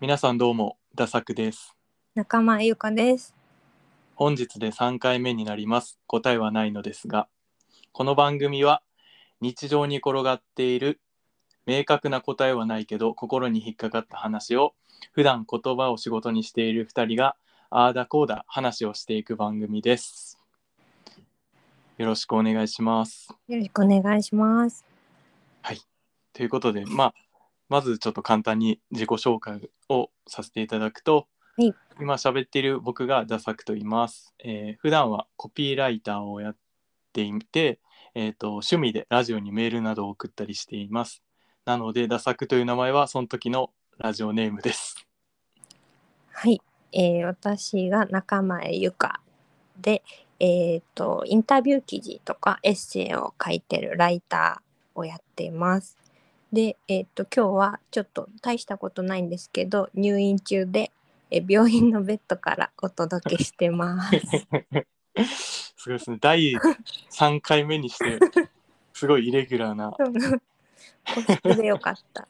皆さんどうも、ダサクです。仲間ゆかです。本日で3回目になります。答えはないのですが、この番組は日常に転がっている明確な答えはないけど心に引っかかった話を普段言葉を仕事にしている2人があーだこうだ話をしていく番組です。よろしくお願いします。よろしくお願いします。ということで、まあ、まずちょっと簡単に自己紹介をさせていただくと、はい今喋っている僕がダサクと言います、えー普段はコピーライターをやっていて、えーと趣味でラジオにメールなどを送ったりしていますなのでダサクという名前はその時のラジオネームです はい、えー私が仲間ゆかで、えっとインタビュー記事とかエッセイを書いてるライターをやっています。で、えっと今日はちょっと大したことないんですけど入院中で、えー病院のベッドからお届けしてます。すごいですね第3回目にしてすごいイレギュラーな個室でよかった。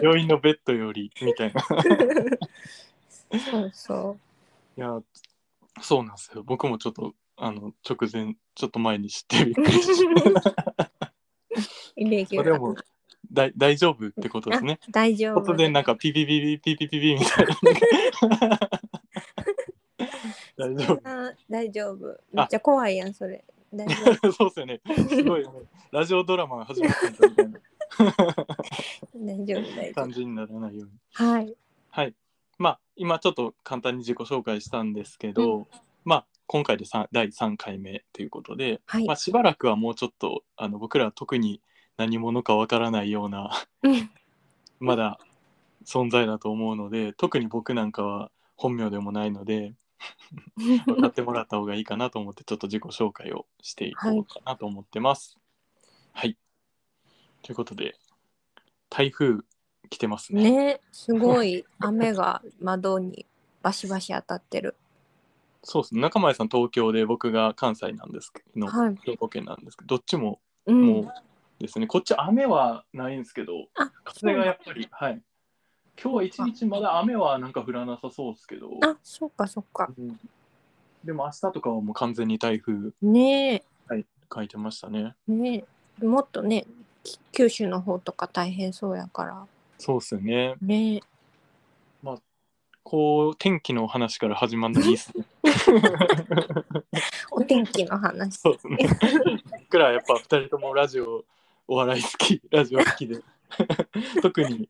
病院のベッドよりみたいなそうそいう。や、そうなんですよ。僕もちょっと、あの、直前、ちょっと前に知ってびっくりしイレギた。ュ でラもー。、だい大丈夫ってことですね。大丈夫突。然なんかピピピピピピピピみたいな。 なんか大丈あー大丈夫。あめっちゃ怖いやん、それ。大丈夫。夫。 そうですよね。すごい、ね、ラジオドラマが始まったみたいな大丈夫、大丈感 夫。じにならないように。はい。はい。まあ、今ちょっと簡単に自己紹介したんですけど、まあ、今回でさん第3回目ということで、はいまあ、しばらくはもうちょっとあの僕らは特に何者かわからないような うんまだ存在だと思うので特に僕なんかは本名でもないので分かってもらった方がいいかなと思ってちょっ と自己紹介をしていこうかなと思ってます。はい、ということで台風来てますね。 ね、すごい雨が窓にバシバシ当たってる。そうですね中前さん東京で僕が関西なんですけど、はい兵庫県なんですけどどっちもうもんう。ですね、こっち雨はないんですけどあ、そう風がやなっぱり、はい。今日は一日まだ雨はなんか降らなさそうですけど、あ、そうか、そうか。うんでも明日とかはもう完全に台風ね書いてましたね。え、ねえ、もっとね、き九州の方とか大変そうやから。そうですよね。ねこう天気の話から始まるのいいっすね。お天気の話。そうですね。僕らやっぱ二人ともラジオお笑い好き、 ラジオ好きで、特に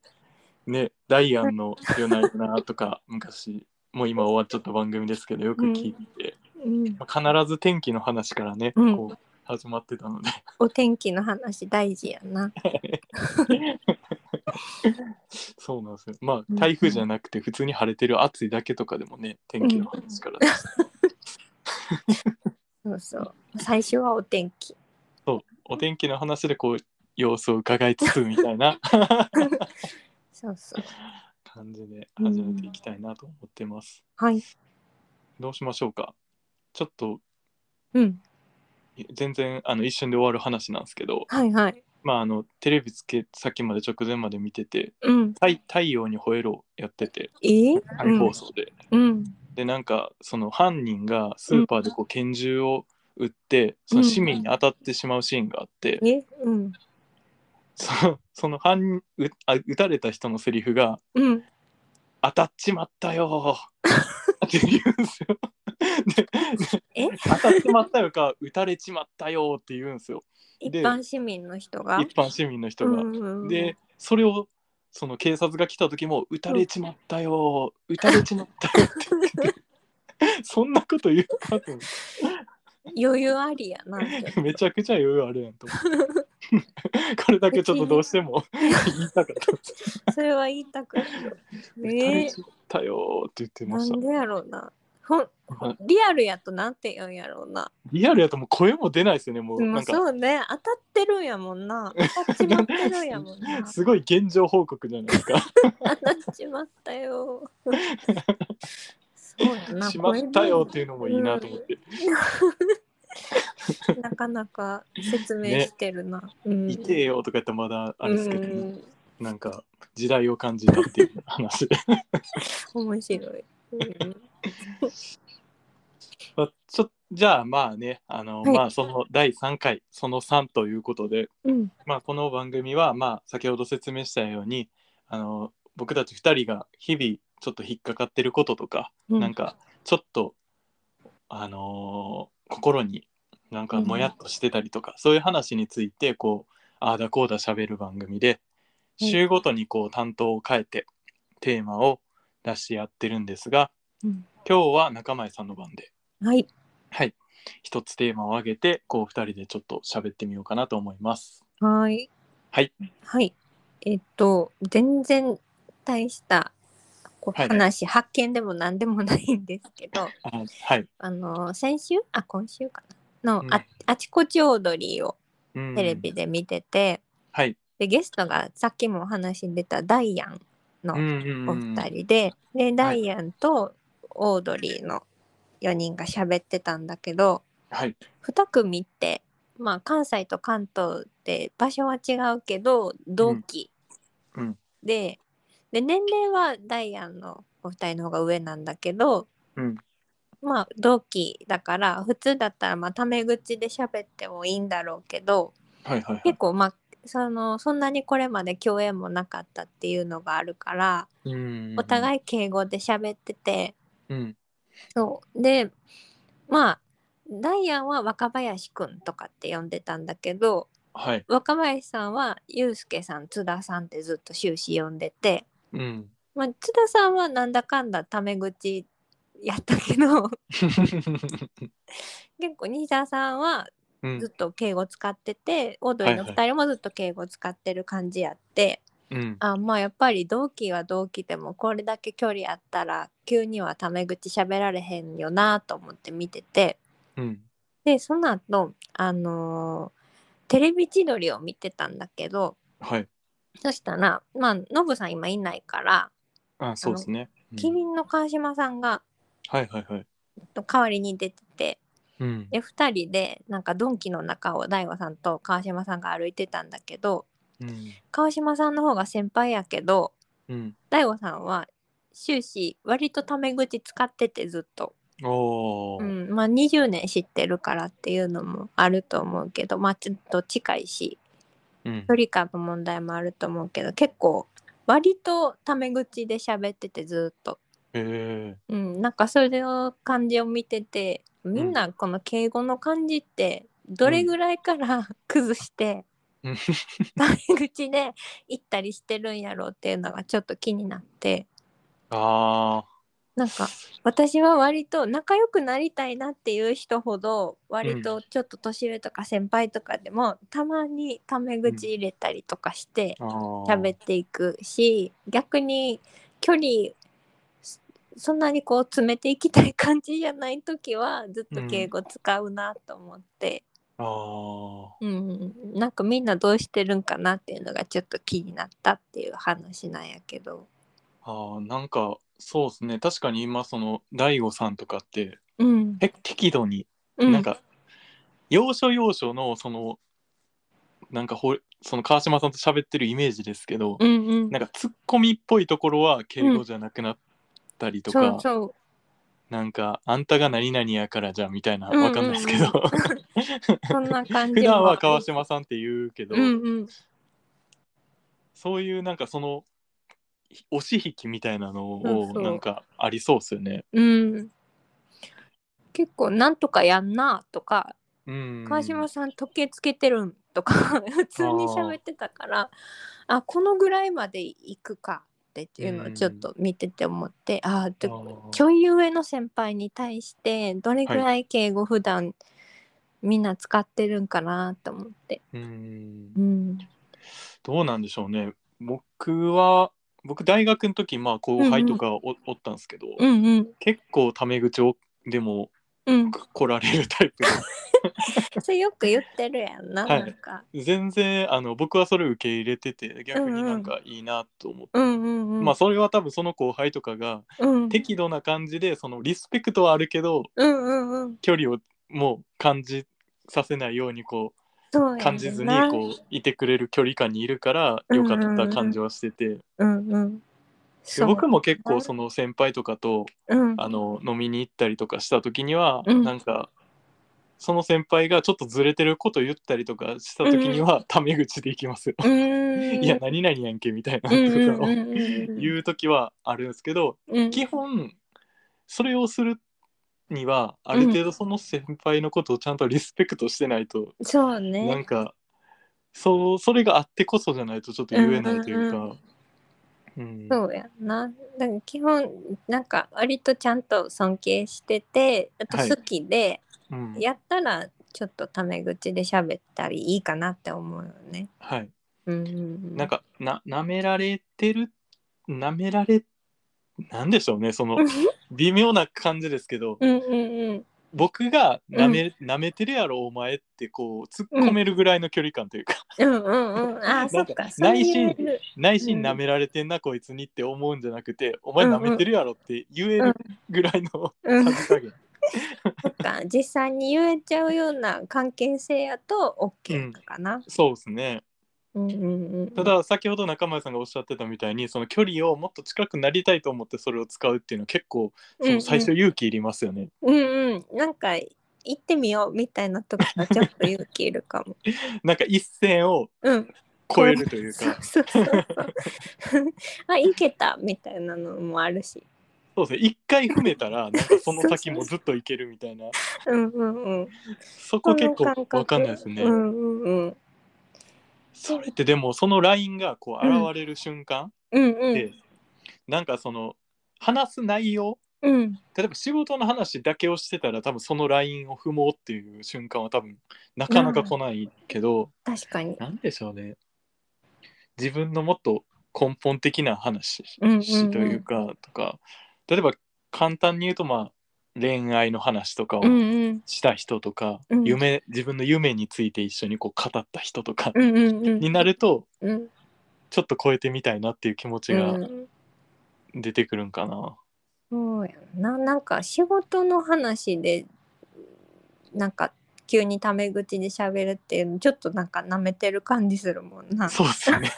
ねダイアンの夜な夜なとか昔。もう今終わっちゃった番組ですけどよく聞いて、うん、まあ必ず天気の話からね、うんこう始まってたので お天気の話大事やな。そうなんですよまうあん台風じゃなくて普通に晴れてる暑いだけとかでもね天気の話からです、そうそう。最初はお天気。お天気の話でこう様子を伺いつつみたい なそうそう。感じで始めていきたいなと思ってます、はい。どうしましょうかちょっとうん。全然あの一瞬で終わる話なんですけどはいはい。まああのテレビつけさっきまで直前まで見ててうん「太太陽に吠えろ」やっててえー再放送で、うん。でなんかその犯人がスーパーでこう拳銃を撃って、その市民に当たってしまうシーンがあって、えうん。そのその犯うあ撃たれた人のセリフがうん。 「当たっちまったよ ー」って言うんですよ。でえ当たっちまったよか撃たれちまったよーって言うんですよ一で般市民の人が。一般市民の人が。うんうん、でそれをその警察が来た時も「撃たれちまったよー撃たれちまったよ」って言 っててそんなこと言うかと思って余裕ありやな。ちょっ とめちゃくちゃ余裕あるやんと思って。 これだけちょっとどうしても言いたかったんです。それは言い たくないよ。打たれねちまったよーって言ってえなましんでた。やろうな。ほんはいリアルやとなんて言うんやろうな。リアルやともう声も出ないですよね、もう。まなあんか、そうね、当たってるんやもんな。当たっちまってるんやも んな。すごい現状報告じゃないですか。 当たっちまっ たよ。そうやな。しまったよっていいうのもいいなと思って。う。なかなか説明してるな。うん。いてよとか言ったらまだあれですけど、うんなんか時代を感じたっていう話 で面白い。うんまあちょじゃあまあねあの、はいまあその第3回その3ということで、うんまあ、この番組はまあ先ほど説明したようにあの僕たち2人が日々ちょっと引っかかってることとか、うんなんかちょっとあのー心になんかもやっとしてたりとか、そういう話についてこうああだこうだ喋る番組ではい週ごとにこう担当を変えてテーマを出してやってるんですがうん今日は中前さんの番ではいはい一つテーマを挙げてこう2人でちょっと喋ってみようかなと思います。はいはいはいえっと全然大したこうはいはい話、発見でも何でもないんですけどあはい、あの先週あ今週かなの、うんああちこちオードリーをうんテレビで見てて、はい。でゲストがさっきもお話に出たダイアンのんお二。人で、でダイアンとオードリーの4人が喋ってたんだけど、はい。 2組って、まあ、関西と関東って場所は違うけど同期、うんうんでで年齢はダイアンのお二人の方が上なんだけど、うんまあ同期だから普通だったらまあタメ口で喋ってもいいんだろうけどはいはいはい結構まあそのそんなにこれまで共演もなかったっていうのがあるから、うん。お互い敬語で喋ってて。うん。そうでまあダイアンは若林くんとかって呼んでたんだけどはい。若林さんはユうスケさん津田さんってずっと終始呼んでて、うん。まあ、津田さんはなんだかんだタメ口やったけど 結構西田さんはうずっん。と敬語使ってて、オードリーのはい2人もずっと敬語使ってる感じやって、うん。あまあやっぱり同期は同期でもこれだけ距離あったら急にはタメ口喋られへんよなと思って見てて。うん。でその後あのーテレビ千鳥を見てたんだけどはい。そしたらまあノブさん今いないから、あ、そうですね。うん麒麟の川島さんがはいはいはい。代わりに出ててうん。で2人でなんかドンキの中を大悟さんと川島さんが歩いてたんだけどうん。川島さんの方が先輩やけどうん。大悟さんは終始割とタメ口使っててずっと、おお。ううん。ん、まあ20年知ってるからっていうのもあると思うけどまあちょっと近いしうん距離感の問題もあると思うけど結構割とタメ口で喋っててずっと、えうん、なんかそれの感じを見ててみんなこの敬語の感じってどれぐらいから 崩してえ。うんタメ口で行ったりしてるんやろうっていうのがちょっと気になってあなんか私は割と仲良くなりたいなっていう人ほど割とちょっと年上とか先輩とかでもたまにタメ口入れたりとかして。あ。ああ。喋っていくし逆に距離そそんなにこう詰めていきたい感じじゃない時はずっと敬語使うなと思って、ああ。うんなんかみんなどうしてるんかなっていうのがちょっと気になったっていう話なんやけど。ああ、なんか。そうですね。確かに今その大悟さんとかって。うん、え、適度にうんなんか要所要所のそのなんかほその川島さんと喋ってるイメージですけど、うんうんなんかツッコミっぽいところは敬語じゃなくなったりとか、そうそうなんか「あんたが何々やからじゃ」みたいなうんうんうんわかんないですけど、そんな感じ 普段は川し島さんって言うけど、うんうんそういうなんかその押し引きみたいなのそうそをうなんかありそうですよね。うん結構なんとかやんなとかうん、川島さん時計つけてるんと か普通に喋ってたからあこのぐらいまで行くかってっていうのをちょっと見てて思って、ああでーちょい上の先輩に対してどれぐらい敬語普段みんな使ってるんかなと思って、うんうんどうなんでしょうね僕は僕大学の時まあ後輩とかお,、おったんですけど、うんうん結構タメ口をでも うん来られるタイプそれよく言ってるやんな、はいなんか で全然あの僕はそれ受け入れてて逆になんかいいなと思って、うんうんうんまあそれは多分その後輩とかがうん適度な感じでそのリスペクトはあるけどうんうんうん距離をもう感じさせないようにこうそうやねんな感じずにこういてくれる距離感にいるから良かった感じはしてて、うんうん。で僕も、も結構その先輩とかとうん、あの飲みに行ったりとかした時には、うんなんかその先輩がちょっとずれてること言ったりとかした時には、タメ口で行きますよ。うーんいや何々やんけみたいなうとんうんかうをんうん言う時はあるんですけど、うん基本それをするにはある程度その先輩のことをちゃんとリスペクトしてないと、そうなねんかそうそれがあってこそじゃないとちょっと言えないといううんか。うんそうやんなだから基本なんか割とちゃんと尊敬しててあとはい好きで、うんやったらちょっとタメ口で喋ったりいいかなって思うよね。はい、うんうんうん、なんかな舐められてる舐められなんでしょうねその微妙な感じですけどうんうんうん僕がなめ,、舐めてるやろお前ってこう突っ込めるぐらいの距離感というか、うんうんうんあーそなんっかかそう内い心う内心舐められてんな、こいつにって思うんじゃなくてお前舐めてるやろって言えうんうるぐらいのうん感じ加減、そっか実際に言えちゃうような関係性やと OK かな。そうですねうんうんうん、ただ先ほど中前さんがおっしゃってたみたいにその距離をもっと近くなりたいと思ってそれを使うっていうのは結構その最初勇気いりますよね、うんうん、なんか行ってみようみたいな時はちょっと勇気いるか も。なんか一線をうん、超えるというかそうそうそう そうあいけたみたいなのもあるし。そうですね一回踏めた らなんかその先もずっといけるみたいなうんうんうん。そこ結この感構覚わかんないですね、うんうんうん。それってでもそのラインがこう現れる瞬間うんうで、ん。なんかその話す内容うん。例えば仕事の話だけをしてたら多分そのラインを踏もうっていう瞬間は多分なかなか来ないけど、確かに。なんでしょうね自分のもっと根本的な話うんうんうんしというか、とか例えば簡単に言うとまあ恋愛の話とかをうんうん。した人とか、うん夢自分の夢について一緒にこう語った人とかうんうんうん。になるとうん。ちょっと超えてみたいなっていう気持ちがうん出てくるんかな。そうやな。なんか仕事の話で、なんか急にタメ口で喋るっていうの、ちょっとなんか舐めてる感じするもんな。そうですよね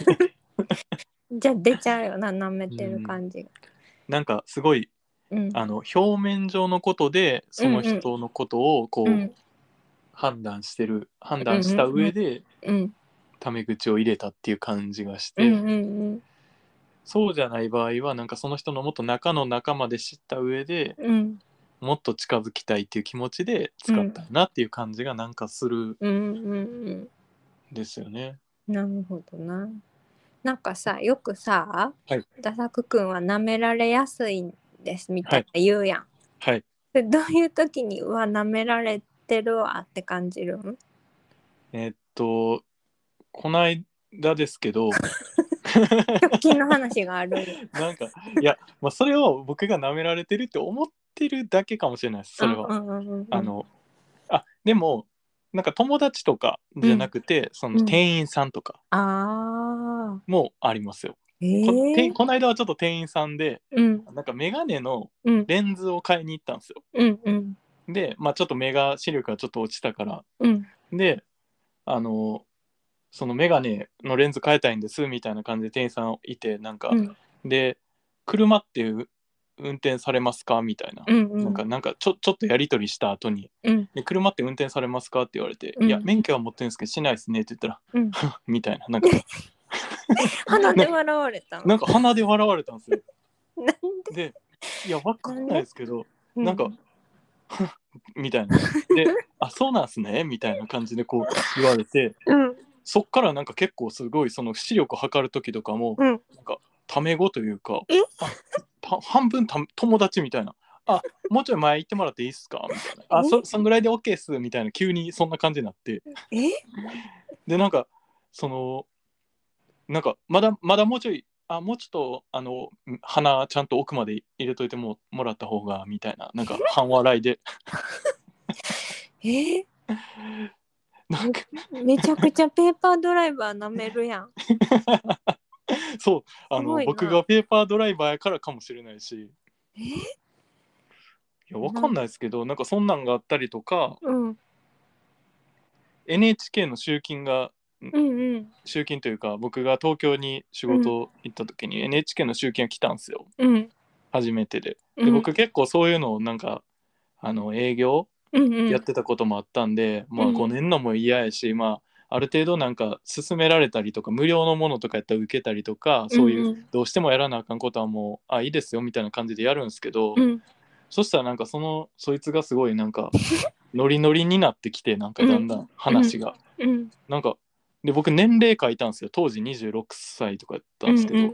じゃあ出ちゃうよな、舐めてる感じが。なんかすごいうん。あの表面上のことでその人のことをこう、うん判断してる判断した上で、うんタメ口を入れたっていう感じがして、うんうんそうじゃない場合はなんかその人のもっと中の中まで知った上でうんもっと近づきたいっていう気持ちで使ったなっていう感じがなんかするんうんうんですよね。うんなるほどな。なんかさよくさ、はいダサくくんは舐められやすいんですみたいな言うやん。はいでどういう時にうわ舐められてるわって感じる んえーっとこないだですけど 直近の話があるんや。なんかいや、まあ、それを僕が舐められてるって思ってるだけかもしれないですそれは。うんうんうんうんあのあでもなんか友達とかじゃなくて、その店員さんとかあもありますよ。ーこえ店えこの間はちょっと店員さんでうんなんかメガネのうんレンズを買いに行ったんですよ。うんうんで、まあ、ちょっと目が視力がちょっと落ちたからうんであのそのメガネのレンズ変えたいんですみたいな感じで店員さんいてなんか、うんで車っていう運転されますかみたいな。うんうなんかなんかちょちょっとやり取りした後にうんで車って運転されますか?」って言われて「うんいや免許は持ってるんですけどしないですね」って言ったらうん「 みたいななんか鼻で笑われたなんんか鼻で笑われたんですよ。なんででいやわかんないですけどなんか うみたいな。で、あ、そうなんすねみたいな感じでこう言われて、うんそっからなんか結構すごいその視力測る時とかも、うんなんかタメ語というかえ、あた半分た友達みたいな。あ、もうちょい前行ってもらっていいっすかみたいな。あ、そそんぐらいで OK っすみたいな急にそんな感じになって、えでなんかそのなんかまだまだもうちょい。あもうちょっとあの鼻ちゃんと奥まで入れといてももらった方がみたいななんか半笑いでえなんかめちゃくちゃペーパードライバー舐めるやん。 そうあすのごいな僕がペーパードライバーやからかもしれないしえいやわかんないですけどなんかそんなんがあったりとかうん。 NHK の集金がうんうん集金というか僕が東京に仕事行った時に NHK の集金が来たんですようん初めてで。うでん僕結構そういうのをなんかあの営業うんうんやってたこともあったんで、まあうん5年のも嫌やし、まあ、ある程度なんか勧められたりとか無料のものとかやったら受けたりとかそういううんどうしてもやらなあかんことはもうあいいですよみたいな感じでやるんですけど、うんそしたらなんかそのそいつがすごいなん かノリノリになってきてなんかだんだん話が、うんなんかで僕年齢書いたんですよ当時26歳とかやったんですけど、う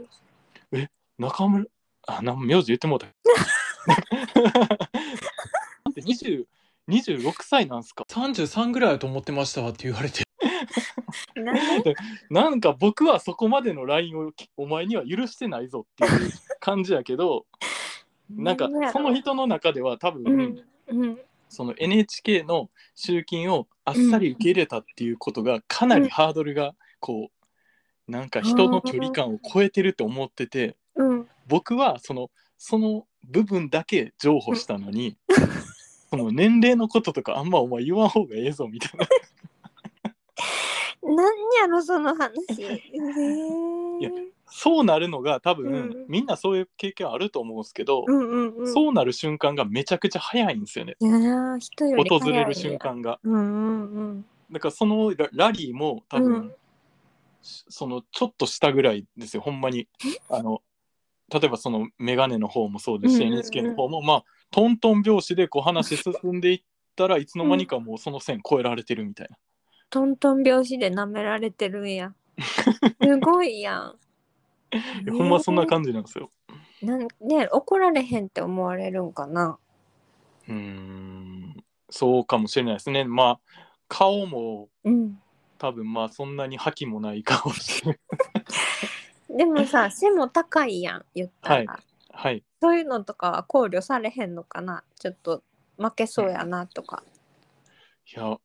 んうん中村あな名字言ってもう たなんて20 26歳なんすか33ぐらいやと思ってましたわって言われてなんでなんか僕はそこまでの LINE をきお前には許してないぞっていう感じやけどなんかその人の中では多分、うんうんその NHK の集金をあっさり受け入れたっていうことがかなりハードルがこうなんか人の距離感を超えてるって思ってて、うん僕はそのその部分だけ譲歩したの にその年齢のこととかあんまお前言わん方がええぞみたいななんやろその話。へーいやそうなるのが多分、うんみんなそういう経験あると思うんですけど、うんうんうん。そうなる瞬間がめちゃくちゃ早いんですよねいやー人より訪早いれる瞬。間がうんうんうん。だからそのララリーも多分、うんしそのちょっと下ぐらいですよほんまにあの例えばその眼鏡の方もそうですし、うんうんうん NHK の方もまあトントン拍子でこう話進んでいったらいつの間にかもうその線超えられてるみたいな。トントン拍子で舐められてる んや。すごいやん。いやほんまそんな感じなんですよ。じ。なんね怒られへんって思われるんかな。うーんそうかもしれないですね。まあ顔もうん。多分まあそんなに覇気もない顔して でも さ背も高いやん言ったら、はいそういうのとかは考慮されへんのかな。ちょっと負けそうやなとか。いや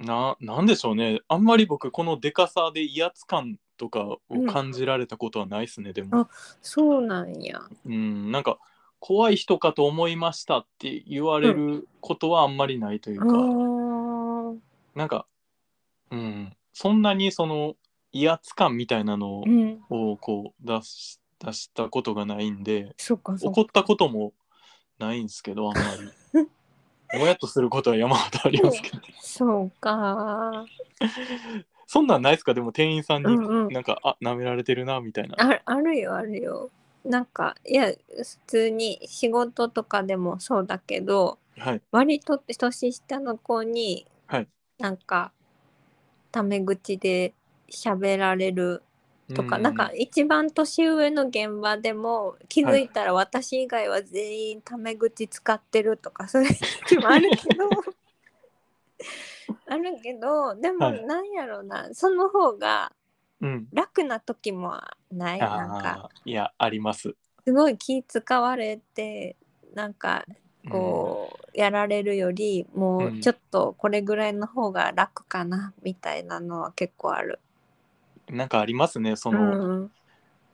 ななんでしょうねあんまり僕このでかさで威圧感とかを感じられたことはないですね、でも。そうなんや。うん、なんか怖い人かと思いましたって言われることはあんまりないというあか、ーなんか、うん、そんなにその威圧感みたいなのうん。をこう出し出したことがないんでそうかそうか怒ったこともないんですけどあんまり。ぼやっとすることは山ほどありますけど そうかそんなんないですかでも店員さんにうんうんなんか、あ舐められてるなみたいな。ああるよあるよなんかいや普通に仕事とかでもそうだけどはい割と年下の子に、はいなんかタメ口で喋られるとか、うなんか一番年上の現場でも気づいたら私以外は全員タメ口使ってるとかそういう時もあるけど あるけどでもはいなんやろうな、その方がうん楽な時もないなんあかーいやあります。すごい気使われてなんかうんこうやられるよりもううんちょっとこれぐらいの方が楽かなみたいなのは結構ある。なんかありますねそうの、んうん、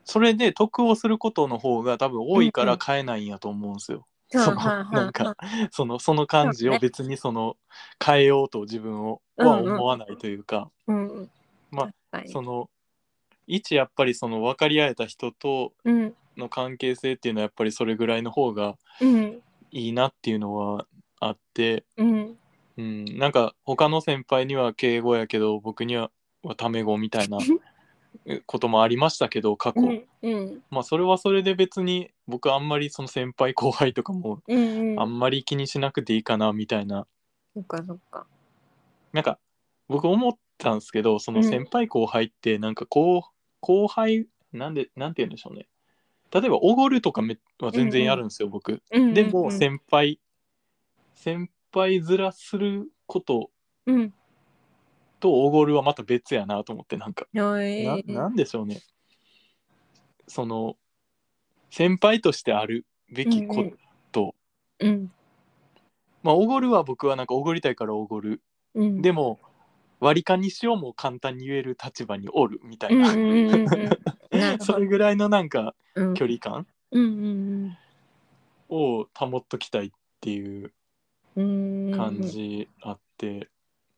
それで得をすることの方が多分多いかうんうらん買えないんやと思うんですよ。はそあのはあはあなんかそのその感じそをう別にその変えようと自分をうんうんは思わないというか、うんうんまあ確かにその一やっぱりその分かり合えた人とうんの関係性っていうのはやっぱりそれぐらいの方がうんいいなっていうのはあって、うんうん、なんか他の先輩には敬語やけど僕にははタメ語みた いなこともありましたけど過去。うんうんまあそれはそれで別に僕あんまりその先輩後輩とかもうんあんまり気にしなくていいかなみたいなそっかそっかなんか僕思ったんですけどそうのん先輩後輩ってなんか後,、後輩なんでなんて言うんでしょうね例えばおごるとかめは全然やるんですよ、僕うんうんでもうん先輩先輩ずらすることうんとおごるはまた別やなと思ってなんかおいななんでしょうねその先輩としてあるべきこと、うんまあおごるは僕はなんかおごりたいからおごるうんでも割り勘にしようも簡単に言える立場におるみたういんうな、んうんうんうんなる ほそどれぐらいのなんかうん距離感うんうんを保っときたいっていううんうん感じあって、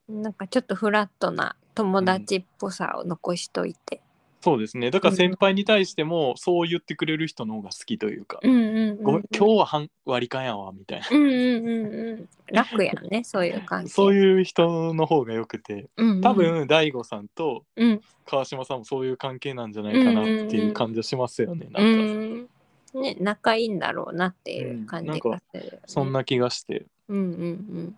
なんかちょっとフラットな友達っぽさを残しといて。そうですねだから先輩に対してもそう言ってくれる人の方が好きというか「うんうんうん、ごめん今日は半割り勘やわ」みたいな、うんうんうんうん。楽やね、そういう感じ。そうう、いう人の方がよくてうんうん、多、分大悟さんとうん、川島さんもそういう関係なんじゃないかなっていう感じはしますよね、うなんかん。ね、仲いいんだろうなっていう感じがする、そん。な気がして。うんうん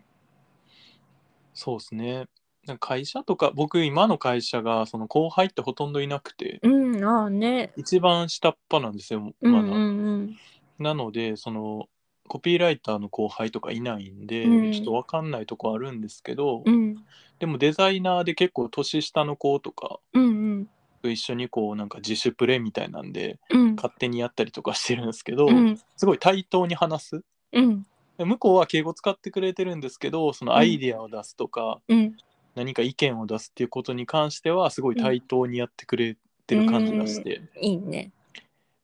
そうですね。なんか会社とか僕今の会社がその後輩ってほとんどいなくてうん。うん、ああね。一番下っ端なんですようんまうだ。んうん。なのでそのコピーライターの後輩とかいないんで、うんちょっと分かんないとこあるんですけど、うんでもデザイナーで結構年下の子とかうんと一緒にこうなんか自主プレイみたいなんでうん。勝手にやったりとかしてるんですけど、うんすごい対等に話す。うんで向こうは敬語使ってくれてるんですけどそのアイディアを出すとか、うん。何か意見を出すっていうことに関してはすごい対等にやってくれてる感じがして、いいね。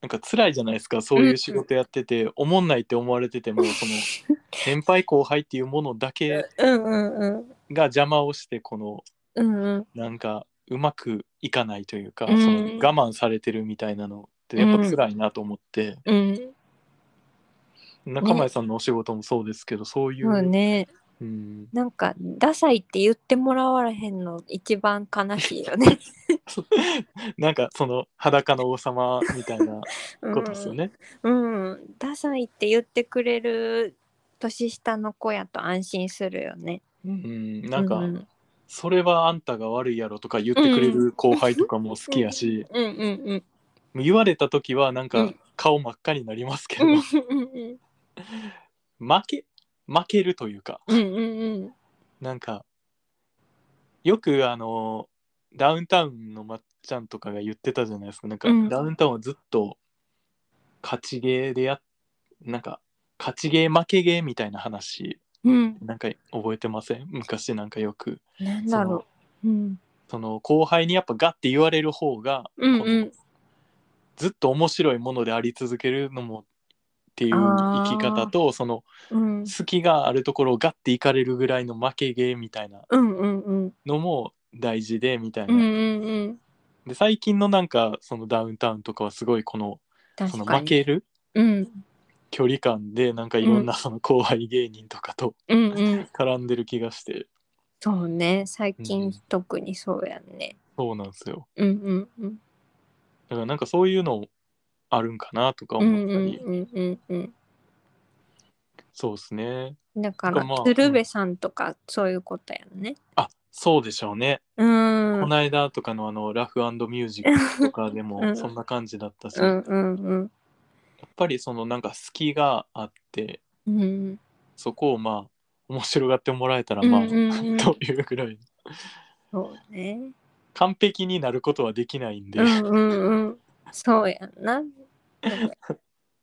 なんか辛いじゃないですかそういう仕事やってて、おもんないって思われてても その先輩後輩っていうものだけうんうんうん。が邪魔をしてこのうんうん。なんかうまくいかないというか、うんその我慢されてるみたいなのってやっぱ辛いなと思って、うん。中前さんのお仕事もそうですけどそういう、そうね。うん、なんか、ダサいって言ってもらわれへんの一番悲しいよ ね。なんかその裸の王様みたいなうんことですよね。うん、ダサいって言ってくれる年下の子やと安心するよね。うん、なんか、うんそれはあんたが悪いやろとか言ってくれる後輩とかも好きや し、うんうんもう言われた時はなんうかん顔真っ赤になりますけど、うんうんうん負け負けるというかうんうんなんかよくあのダウンタウンのまっちゃんとかが言ってたじゃないですかなんか、うんダウンタウンはずっと勝ちゲーでやっなんか勝ちゲー負けゲーみたいな話うんなんか覚えてません昔なんかよくなんだろう。うんその後輩にやっぱガッて言われる方が、うんこうのんずっと面白いものであり続けるのもっていうあー生き方とそのうん隙があるところをガッていかれるぐらいの負け芸みたいなうんうんうんのも大事でみたいうんうな、んうんで最近のなんかそのダウンタウンとかはすごいこのそ確のか負に。けるうん距離感でなんかいろんなその後輩芸人とかとうんうん絡んでる気がしてそうね最うん近特にそうやね。そうなんですようんうんうんだからなんかそういうのあるんかなとかうん思っうたり、んうんうんうん。そうですねだかならんかまあ鶴瓶さんとかそういうことやね。あそうでしょうねうん。この間とかのあのラフミュージックとかで うもんそんな感じだったし、うやんうんうんっぱりそのなんか隙があってうんそこをまあ面白がってもらえたらうんまあ、 うんうんというぐらいそうね。完璧になることはできないんで、うんうんうん。そうやん な。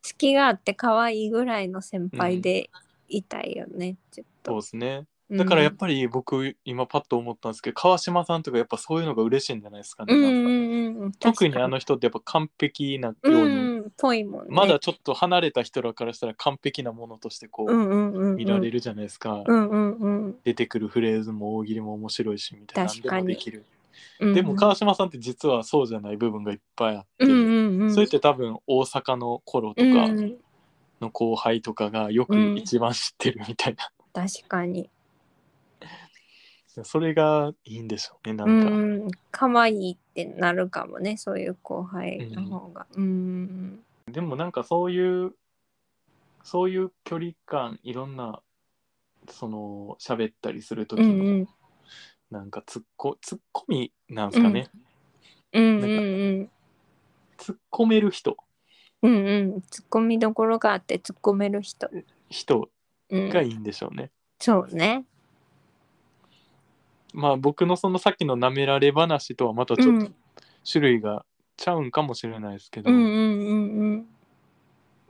隙があって可愛いぐらいの先輩でいたいよね。ちょっそうと。ですねだからやっぱぱり僕今パッと思ったんですけど川島さんとかやっぱそういうのが嬉しいんじゃないですかね、うんなんうかんうん。特にあのの人ってやっぱ完璧なよううに、んぽいもんね。まだちょっと離れた人らからしたら完璧なものとしてこうう、んうんうんうん見られるじゃないですか、うんうんうん出てくるフレーズも大喜利も面白いしみたいな確か何にでもできるうん。でも川島さんって実はそうじゃない部分がいっぱいあって、うんうんうん。それって多分大阪の頃とうんかうんの後輩とかがよくうん一番知ってるみたいな、 確かに。それがいいんでしょうねなうんか、ん。可愛いってなるかもね。そういう後輩の方が。うんでもなんかそういうそういう距離感いろんなその喋ったりするう時んうのんなんかツッコツッコミなんですかね、うんうんうん。突っ込める人うんうん、突っ込みどころがあって突っ込める人。人うん、がいいんでしょうね、そうね。まあ僕のそのさっきの舐められ話とはまたちうょっんと、種類がちゃうんかもしれないですけど、うんうんうんうん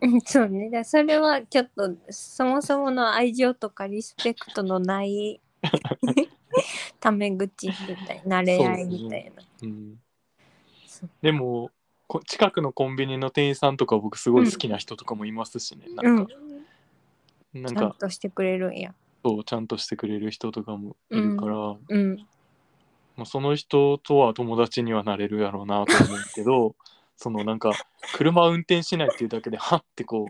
うん。そうね。だからそれはちょっとそもそもの愛情とかリスペクトのない タメ口みたいな、慣れ合いみたいな。うんそうでもこ近くのコンビニの店員さんとか僕すごい好きな人とかもいますしね、うなんんか、、なちんゃんかとしてくれるんや。そうちゃんとしてくれる人とかもいるから、うんまあ、その人とは友達にはなれるやろうなと思うけど そのなんか車運転しないっていうだけでハッてこ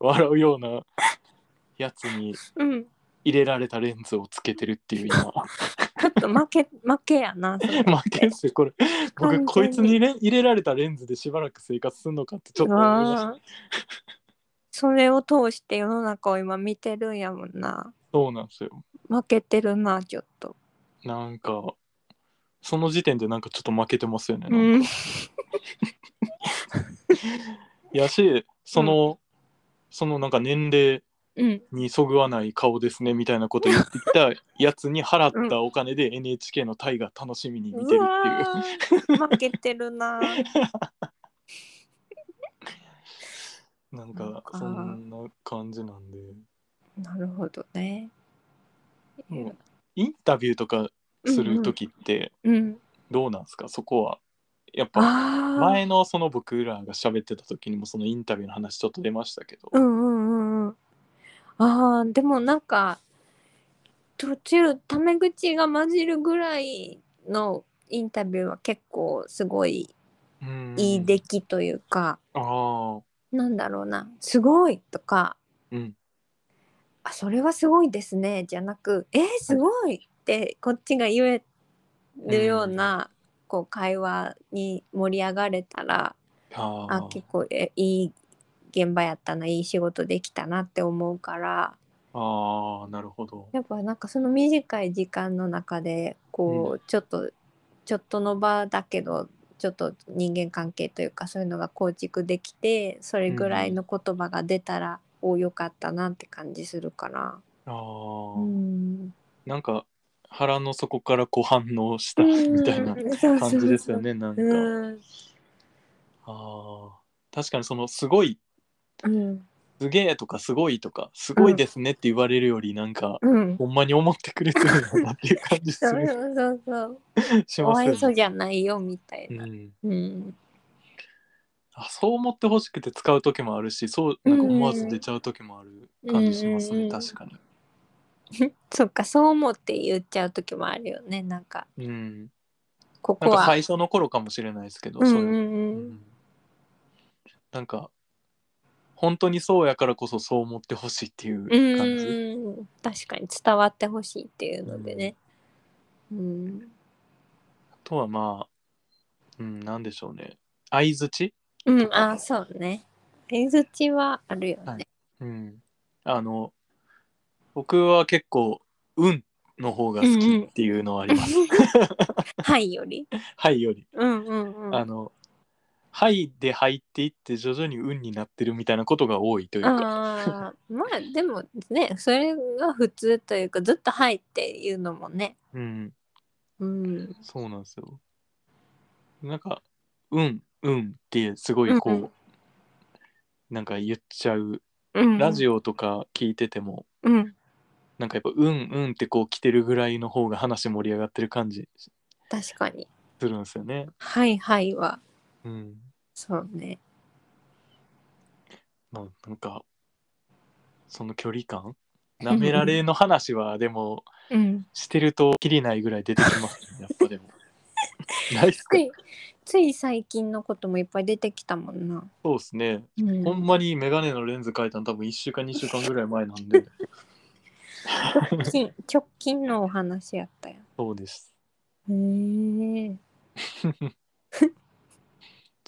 う 笑うようなやつにうん入れられたレンズをつけてるっていう今ちょっと負け 負けやなそれ 負けっすよこれ僕完全にこいつに入れ入れられたレンズでしばらく生活すんのかってちょっと思いましたあーそれを通して世の中を今見てるんやもんなそうなんですよ負けてるなちょっとなんかその時点でなんかちょっと負けてますよね、うんやしその、そのなんか年齢うんにそぐわない顔ですねみたいなこと言ってきたやつに払ったお金で NHK の「タイが楽しみに見てるっていううわー負けてる ななんなんかかそんな感じなんでなるほどねもうインタビューとかする時ってうんどうなんですか、そこはやっぱああ前のその僕らが喋ってた時にもそのインタビューの話ちょっと出ましたけど、うんうんうんうんあーでもなんか途中タメ口が混じるぐらいのインタビューは結構すごいうんいい出来というか、ああなんだろうな「すごい!」とかうん「あそれはすごいですね」じゃなく「えー、すごい!」ってこっちが言えるような、こう会話に盛り上がれたらあああ結構えいい現場やったないい仕事できたなって思うからああなるほどやっぱなんかその短い時間の中でこう、ちょっとちょっとの場だけどちょっと人間関係というかそういうのが構築できてそれぐらいの言葉が出たら、およかったなって感じするから。ああ、うんなんか腹の底からこう反応したみたいな感じですよ。ねなんか、うんあー確かにそのすごいうんすげえとかすごいとかすごいですねって言われるよりなんか、うん、ほんまに思ってくれてるんだなっていう感じすそうるそうそう。しおます愛よ想ね。じゃないよみたいうな。ん、うんあそう思ってほしくて使う時もあるしそうなんか思わず出ちゃう時もある感じしますうんうんねうん確かに。そっかそう思って言っちゃう時もあるよねなんかうん、こなこんかは。最初の頃かもしれないですけど、うんそうれうんんなんか本当にそうやからこそそう思ってほしいっていううんうん感じ。うん確かに伝わってほしいっていうのでね。うんあとはまあ、うん、なんでしょうね。相づちうんあそうね。相づちはあるよはねい。うん。あの、僕は結構、うんの方が好きっていうのはあります。はいより。 はいより。うんうんうん。あの、はいで入っていって徐々にうんになってるみたいなことが多いというか。あーまあでもねそれが普通というかずっと「はい」っていうのもねうん、うんそうなんですよ。なんか、うん、うんってすごいこう、うんうなんか言っちゃう。うんラジオオとか聞いてても、うんなんかやっぱうんうんってこう来てるぐらいの方が話盛り上がってる感じ確かにするんですよね。 「はいはい」はうん。そうねななんかその距離感なめられの話はでもうんしてるときりないぐらい出てきますねやっぱ でも。ないっすつかいつい最近のこともいっぱい出てきたもんな。そうですね。うんほんまにメガネのレンズ変えたの多分1週間2週間ぐらい前なんで直近直近のお話やったよ。そうです。へえ。ちょ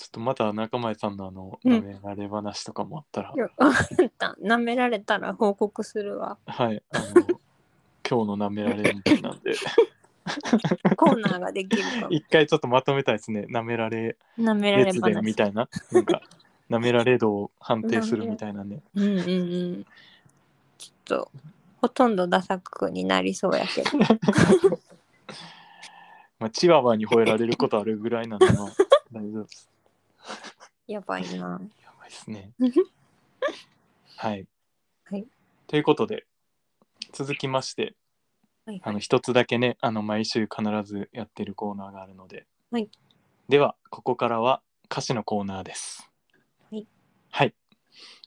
っとまた中前さんのあのうんなめられ話とかもあったら、 なめられたら報告するわ。はいあの今日のなめられみたいなん で。コーナーができるかも。一回ちょっとまと めたいですね。なめられなめられ列で話。みたいな。なんか、なめられ度を判定するみたいな ね。うんうんうん。ちょっとほとんどダサくになりそうやけど。まあ、チワワに吠えられることあるぐらいなのは大丈夫です。やばいな。やばいですね。はい。はいということで、続きまして、はいあの一つだけね、あの毎週必ずやってるコーナーがあるので、はいでは、ここからは歌詞のコーナーです。はい。はい。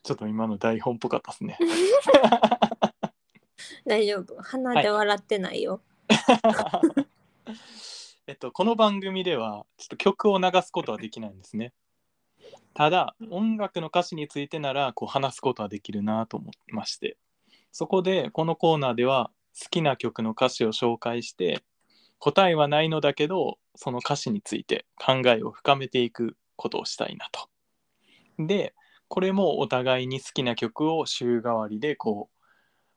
ちょっと今の台本っぽかったですね。大丈夫鼻で笑ってないよ、 えっと、この番組ではちょっと曲を流すことはできないんですね。ただ音楽の歌詞についてならこう話すことはできるなと思いましてそこでこのコーナーでは好きな曲の歌詞を紹介して答えはないのだけどその歌詞について考えを深めていくことをしたいなと。でこれもお互いに好きな曲を週替わりでこう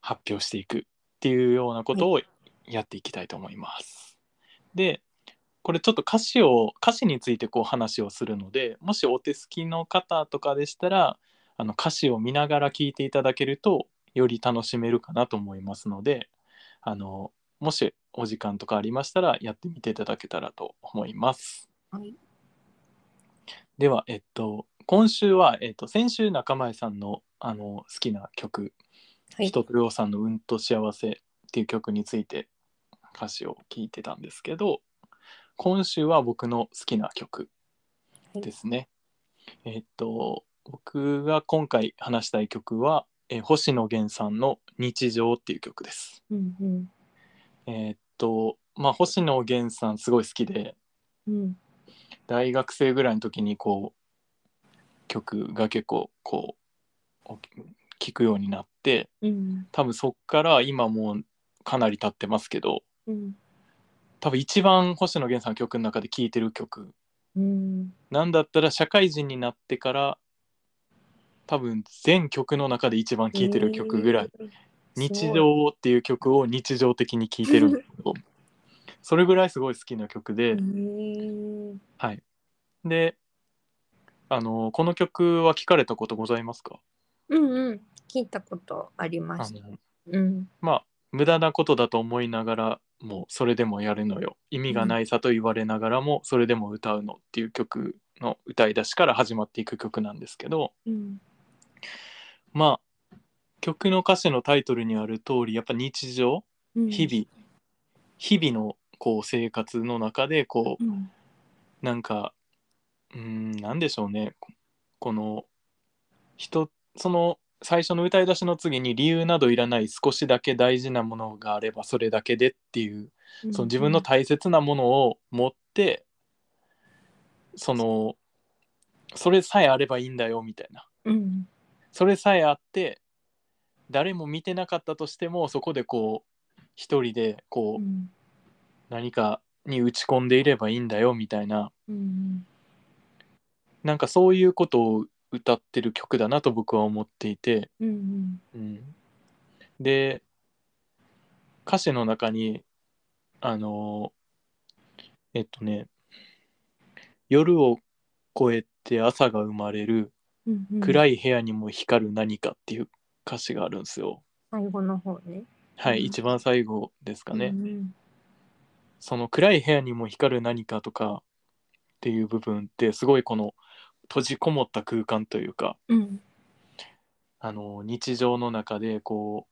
発表していくっていうようなことをやっていきたいと思います。でこれちょっと歌詞を歌詞についてこう話をするのでもしお手すきの方とかでしたらあの歌詞を見ながら聴いていただけるとより楽しめるかなと思いますのであのもしお時間とかありましたらやってみていただけたらと思います。はいでは、えっと、今週は、えっと、先週中前さんのあの好きな曲はい人とりょうさんの「うんと幸せ」っていう曲について歌詞を聞いてたんですけど今週は僕の好きな曲ですね。えっと僕が今回話したい曲は、えー星野源さんの「日常」っていう曲です。うんうんえっとまあ星野源さんすごい好きでうん大学生ぐらいの時にこう曲が結構こうお聞くようになって。うん多分そっから今もうかなり経ってますけどうん多分一番星野源さんの曲の中で聴いてる曲うんなんだったら社会人になってから多分全曲の中で一番聴いてる曲ぐらい、えー「日常」っていう曲を日常的に聴いてるんですけどそれぐらいすごい好きな曲で、えーはいであのこの曲は聴かれたことございますかうんうん聞いたことありまあしたのうんまあ無駄なことだと思いながらもそれでもやるのよ意味がないさと言われながらもそれでも歌うのっていう曲の歌い出しから始まっていく曲なんですけどうんまあ曲の歌詞のタイトルにある通りやっぱ日常うん日々日々のこう生活の中でこうんうなんかうーんなんでしょうねここの人その最初の歌い出しの次に理由などいらない少しだけ大事なものがあればそれだけでっていうその自分の大切なものを持ってそのそれさえあればいいんだよみたいなうんそれさえあって誰も見てなかったとしてもそこでこう一人でこううん何かに打ち込んでいればいいんだよみたいなうんなんかそういうことを歌ってる曲だなと僕は思っていて、うんうんうん、で歌詞の中にあのえっとね夜を越えて朝が生まれるうんうん暗い部屋にも光る何かっていう歌詞があるんですよ。最後の方ねはうい、ん一番最後ですかね。うんその暗い部屋にも光る何かとかっていう部分ってすごいこの閉じこもった空間というか、うんあの日常の中でこ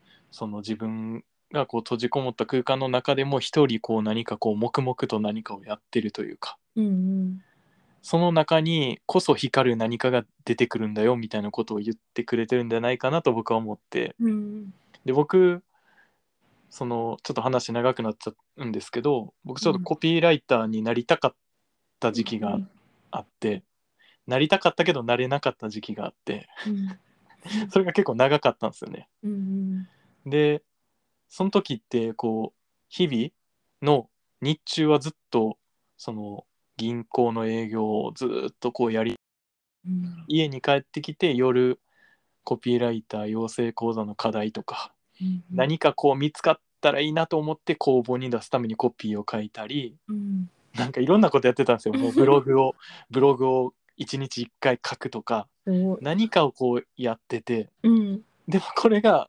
うその自分がこう閉じこもった空間の中でも一人こう何かこう黙々と何かをやってるというかうんうんその中にこそ光る何かが出てくるんだよみたいなことを言ってくれてるんじゃないかなと僕は思ってうんで僕そのちょっと話長くなっちゃうんですけど僕ちょっとコピーライターになりたかった時期があって、なりたかったけどなれなかった時期があってうんそれが結構長かったんですよね。うんでその時ってこう日々の日中はずっとその銀行の営業をずっとこうやりうん家に帰ってきて夜コピーライター養成講座の課題とか、うん何かこう見つかったらいいなと思って工房に出すためにコピーを書いたりうんなんかいろんなことやってたんですよもうブログをブログを1日1回書くとかすごい何かをこうやっててうんでもこれが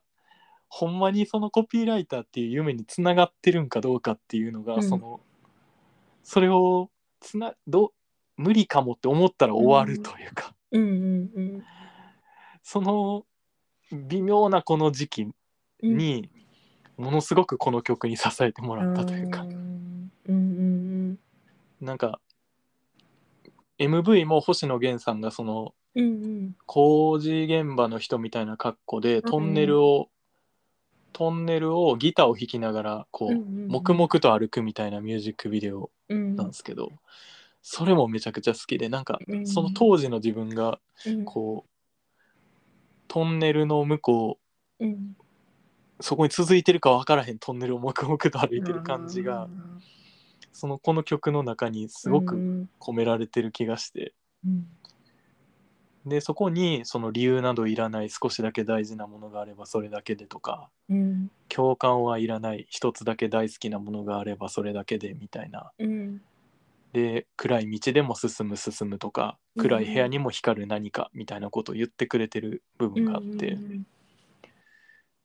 ほんまにそのコピーライターっていう夢につながってるんかどうかっていうのが、うんそのそれをつなど無理かもって思ったら終わるというか、うんうんうんその微妙なこの時期うんに、ものすごくこの曲に支えてもらったというか、うんうんなんか MV も星野源さんがそのうんうん工事現場の人みたいな格好でトンネルをトンネルをギターを弾きながらこう、黙々と歩くみたいなミュージックビデオなんですけど、それもめちゃくちゃ好きでなんかうんその当時の自分がうんこうトンネルの向こうんうそこに続いてるか分からへんトンネルを黙々と歩いてる感じがうんそのこの曲の中にすごうくん込められてる気がしてうんでそこにその理由などいらない少しだけ大事なものがあればそれだけでとかうん共感はいらない一つだけ大好きなものがあればそれだけでみたいなうんで暗い道でも進む進むとかうん暗い部屋にも光る何かみたいなことを言ってくれてる部分があって、うん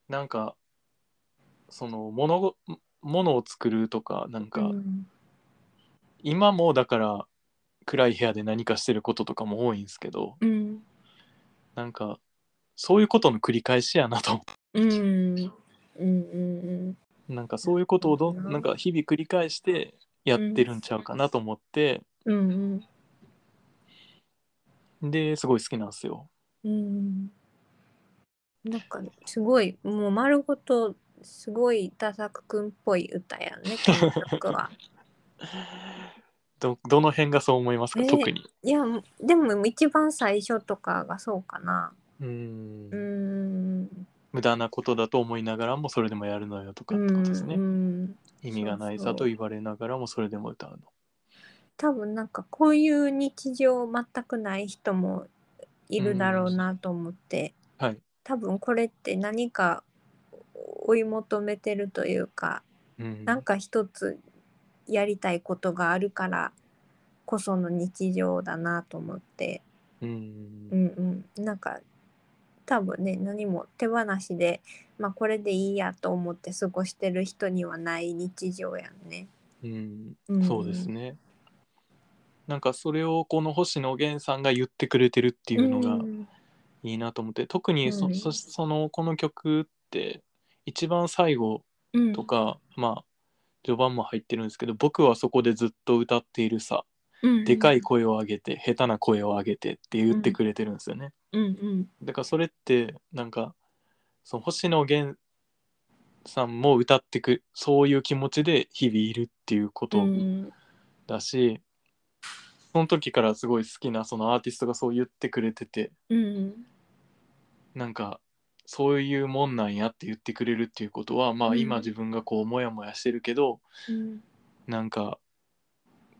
なんかその物ご物を作るとかなんか、うん今もだから暗い部屋で何かしてることとかも多いんですけどうんなんかそういうことの繰り返しやなと思っうんうんうんてなんかそう いうことをどなるほどんななんか日々繰り返してやってるんちゃうかなと思って、うんうんですごい好きなんですよ。うんなんかすごいもう丸ごとすごいダサくくんっぽい歌やねこの曲は。どどの辺がそう思いますか、ね特に。いやでも一番最初とかがそうかな。ううんん無駄なことだと思いながらもそれでもやるのよとかってことですね。うん意味がないそさうとそう言われながらもそれでも歌うの。多分なんかこういう日常全くない人もいるだろうなと思って、うんはい多分これって何か追い求めてるというか、うんなんか一つやりたいことがあるからこその日常だなと思って、うんうんうん、なんか多分ね何も手放しで、まあ、これでいいやと思って過ごしてる人にはない日常やんね。うんうんそうですね。なんかそれをこの星野源さんが言ってくれてるっていうのがうんいいなと思って、特にそ,、うんそしそのこの曲って一番最後うんとか、まあ序盤も入ってるんですけど「僕はそこでずっと歌っているさ」うんでかい声を上げて下手な声を上げて」って言ってくれてるんですよね。うんうんだからそれってなんかその星野源さんも歌ってくそういう気持ちで日々いるっていうことをうんだしその時からすごい好きなそのアーティストがそう言ってくれててうんなんかそういうもんなんやって言ってくれるっていうことはまうあん今自分がこうモヤモヤしてるけど、うんなんか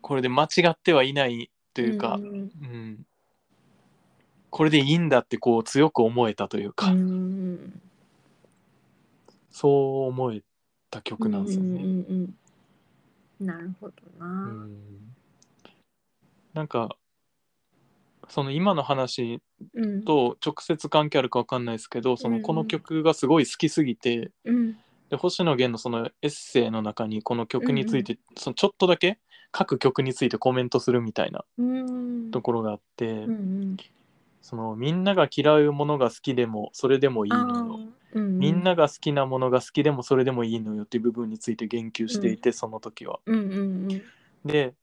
これで間違ってはいないというか、んうんこれでいいんだってこう強く思えたというか、うんそう思えた曲なんですようんうね。んうんうんなるほどうな。んなんかその今の話うんと直接関係あるかわかんないですけどそうんうのんこの曲がすごい好きすぎて、うんで星野源のそのエッセイの中にこの曲について、そのちょっとだけ各曲についてコメントするみたいなうんところがあって、うんそのみんなが嫌うものが好きでもそれでもいいのよ、うんみんなが好きなものが好きでもそれでもいいのよっていう部分について言及していて、その時は。うんうんうんで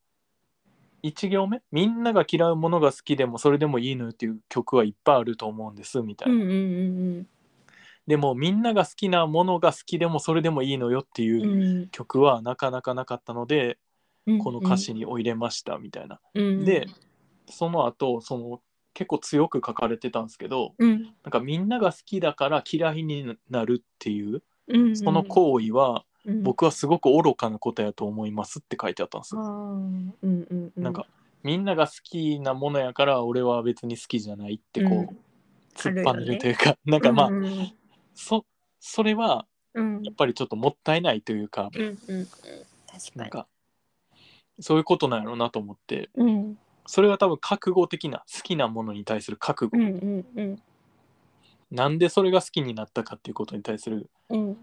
1行目「みんなが嫌うものが好きでもそれでもいいのよ」っていう曲はいっぱいあると思うんですみたいなう。んうんでもみんなが好きなものが好きでもそれでもいいのよってういうん曲はなかなかなかったので、うんこの歌詞にお入れましたみたいな。うんでその後その結構強く書かれてたんですけどうんなんかみんなが好きだから嫌いになるっていううんその行為はうん僕はすごく愚かなことやと思いますって書いてあったんですあーよ。うんうんうんなんかみんなが好きなものやから俺は別に好きじゃないってこう、突っぱねるというか、なんかまあ、うんうんそそれはうんやっぱりちょっともったいないというか、うんうんうんな確んかかそういうことなんやろうなと思ってにうんそれは多分覚悟的な好きなものに対する覚う悟、んうんうんなんでそれが好きになったかっていうことに対するうん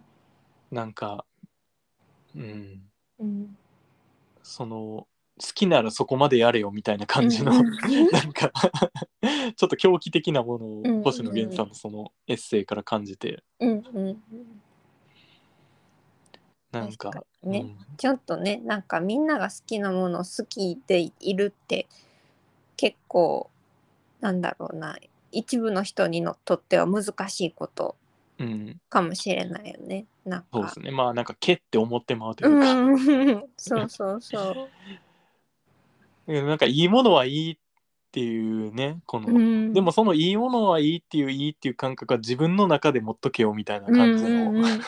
なんかうんうんその好きならそこまでやれよみたいな感じの、うん うんなんか ちょっと狂気的なものうんうんうをん星野源さんのそのエッセイから感じてうんうんうんなんか確かにねうんちょっとねなんかみんなが好きなもの好きでいるって結構なんだろうな一部の人にのとっては難しいことうん、かもしれないよねなんそうかですねまあなんか「け」って思ってまうというか、うん そうそうそううんなんかいいものはいいっていうねこの、うんでもそのいいものはいいっていういいっていう感覚は自分の中で持っとけよみたいな感じの、うんうんうん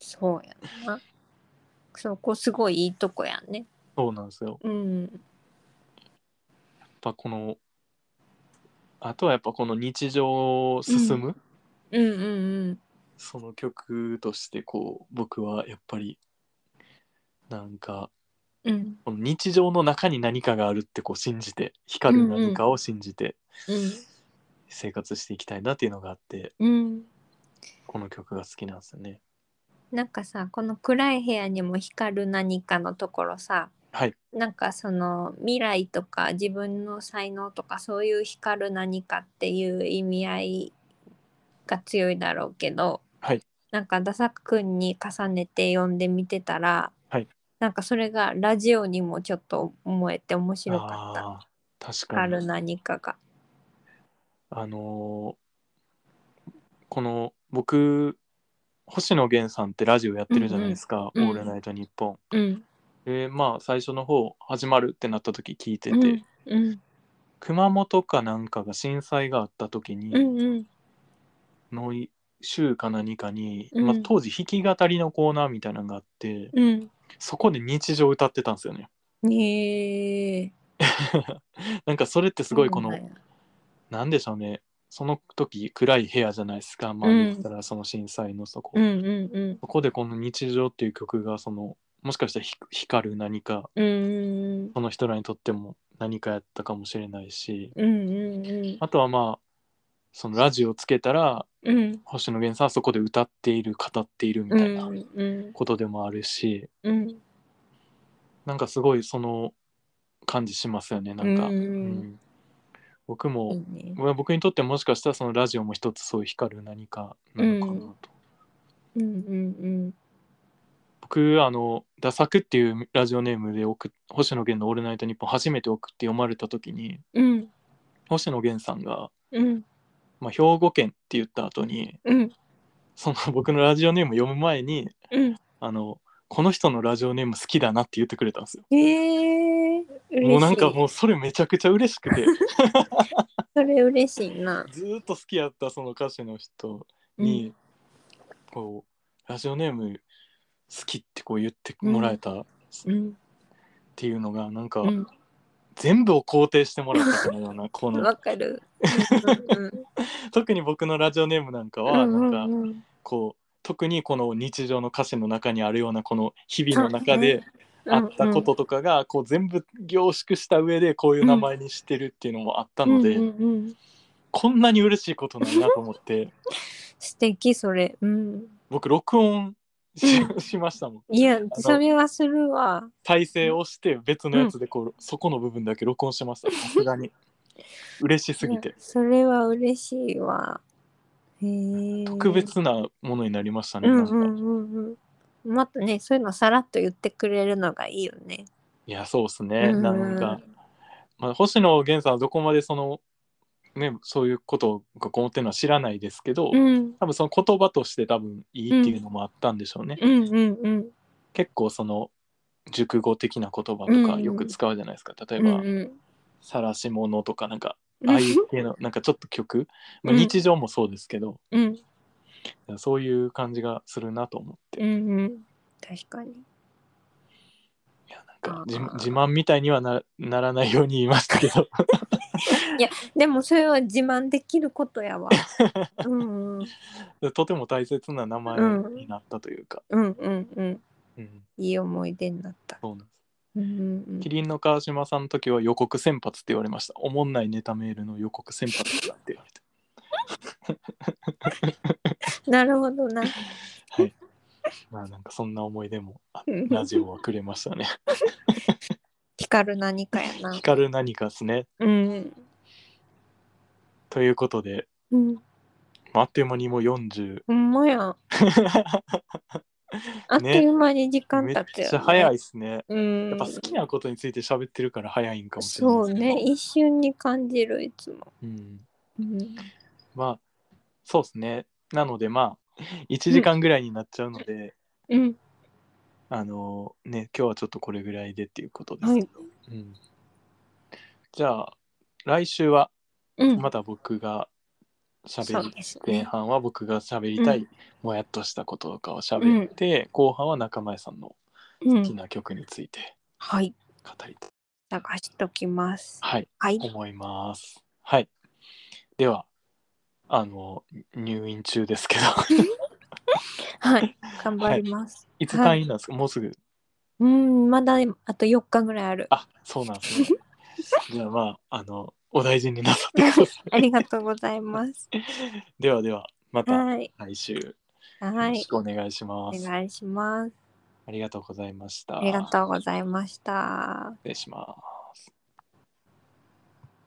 そうやんなそこすごいいいとこやんねそうなんですようんやっぱこのあとはやっぱこの日常を進む、うんうんその曲としてこう僕はやっぱりなんかうんうんこの日常の中に何かがあるってこう信じて光る何かを信じて生活していきたいなっていうのがあってうんうんこの曲が好きなんですよね。なんかさこの暗い部屋にも光る何かのところさはい、なんかその未来とか自分の才能とかそういう光る何かっていう意味合いが強いだろうけど、はいなんかダサくんに重ねて読んでみてたら、はいなんかそれがラジオにもちょっと思えて面白かったあー確か光るに何かが。あのーこの僕星野源さんってラジオやってるじゃないですか「うんうんオールナイトニッポン」うんでまあ最初の方始まるってなった時聞いてて、うんうん熊本かなんかが震災があった時うに、んうんのい週か何かに、うんまあ、当時弾き語りのコーナーみたいなのがあってうんそこで日常歌ってたんですよね。 へえなんかそれってすごいこの、そうなんやなんでしょうねその時暗い部屋じゃないですか、まあ、うん言ったらその震災のそこ、うんうんうんそこでこの「日常」っていう曲がそのもしかしたらひ光る何かうんうんその人らにとっても何かやったかもしれないし、うんうんうんあとはまあそのラジオつけたらうん星野源さんはそこで歌っている語っているみうんたいなうんことでもあるし、うんなんかすごいその感じしますよねなんか、ううんん僕いいも、ね。僕にとってもしかしたらそのラジオも一つそういう光る何かなのかなと、うんうんうん僕あの「ダサく」っていうラジオネームで送っ星野源の「オールナイトニッポン」初めて送って読まれた時にうんうん星野源さんが、うんまあ、兵庫県って言った後にうんその僕のラジオネーム読む前にうん。あの、この人のラジオネーム好きだなって言ってくれたんですよ。ええ嬉しい。もうなんかもうそれめちゃくちゃ嬉し くて、それ嬉しいな。ずーっと好きやったその歌手の人に、こう、ラジオネーム好きってこう言ってもらえたっうんていうのが、なんかうん全部を肯定してもらったかのよう な、この、わかる。うん特に僕のラジオネームなんかうは、んなんかうんうんこう、特にこの日常の歌詞の中にあるようなこの日々の中であったこととかがこう全部凝縮した上でこういう名前にしてるっていうのもあったので、うんうんうんこんなに嬉しいことないなと思って 素敵それ。うん。僕録音ししました もんいやそれはするわ。再生をして別のやつでこう、そこの部分だけ録音してましたさすがに嬉しすぎいてやそれは嬉しいわ。へえ。特。別なものになりましたね、うなんんかうんうんうん。またねそういうのさらっと言ってくれるのがいいよね。いやそうっすね、うんなんか、まあ、星野源さんはどこまでそのねそういうことがこもってるのは知らないですけど、うん多分その言葉として多分いいっていうのもあったんでしょうね、うんうんうん。結構その熟語的な言葉うとんうかんよく使うじゃないですか、例えば、うんうん晒し物 とかなんかああいう系のなんかちょっと曲、まあ、うん日常もそうですけど、うんそういう感じがするなと思って、ういんうん確かにやなんかあ自ー自慢みたいにはなならないように言いましたけど でもそれは自慢できること やわうんうんとても大切な名前うんになったというか、うんうんうんうんいい思い出になったそうなんですうんうんキリンの川島さんの時は予告先発って言われましたおもんないネタメールの予告先発だって言われてうんなるほどなはいまあなんかそんな思い出もあラジオはくれま したね光る何かやな光る何かですねうんということでうんあっという間にもう40ほんまやあっという間に時間め経っってちゃ早いでいすね。うんやっぱ好きなことについて喋ってるから早いんかもしれそなういですけど。ね一瞬に感じるいつもうん、うんまあそうですね。なのでまあ1時間ぐらいになっちゃうので、うん。あのね今日はちょっとこれぐらいでっていうことですけど、うん、じゃあ来週はうん。また僕が喋そうり、です前ね。半は僕が喋りたい、うんもやっとしたこととかを喋って、後半は中前さんのう好きん。な曲についてはい。語りたい、探しときます。はいはい。思います。はい。では、あの、入院中ですけど、はい。頑張ります。いつは退い院なんですか、もうすぐ。うん、まだあと4日ぐらいある。あ、そうなんですね。 じゃあまあ、あの、お大事になさってくださありがとうござい ます。い。ではでは、またはい。来週、よはろしい。くお願いしまおす。願いします。ありがとうございました。ありがとうございました。失礼します。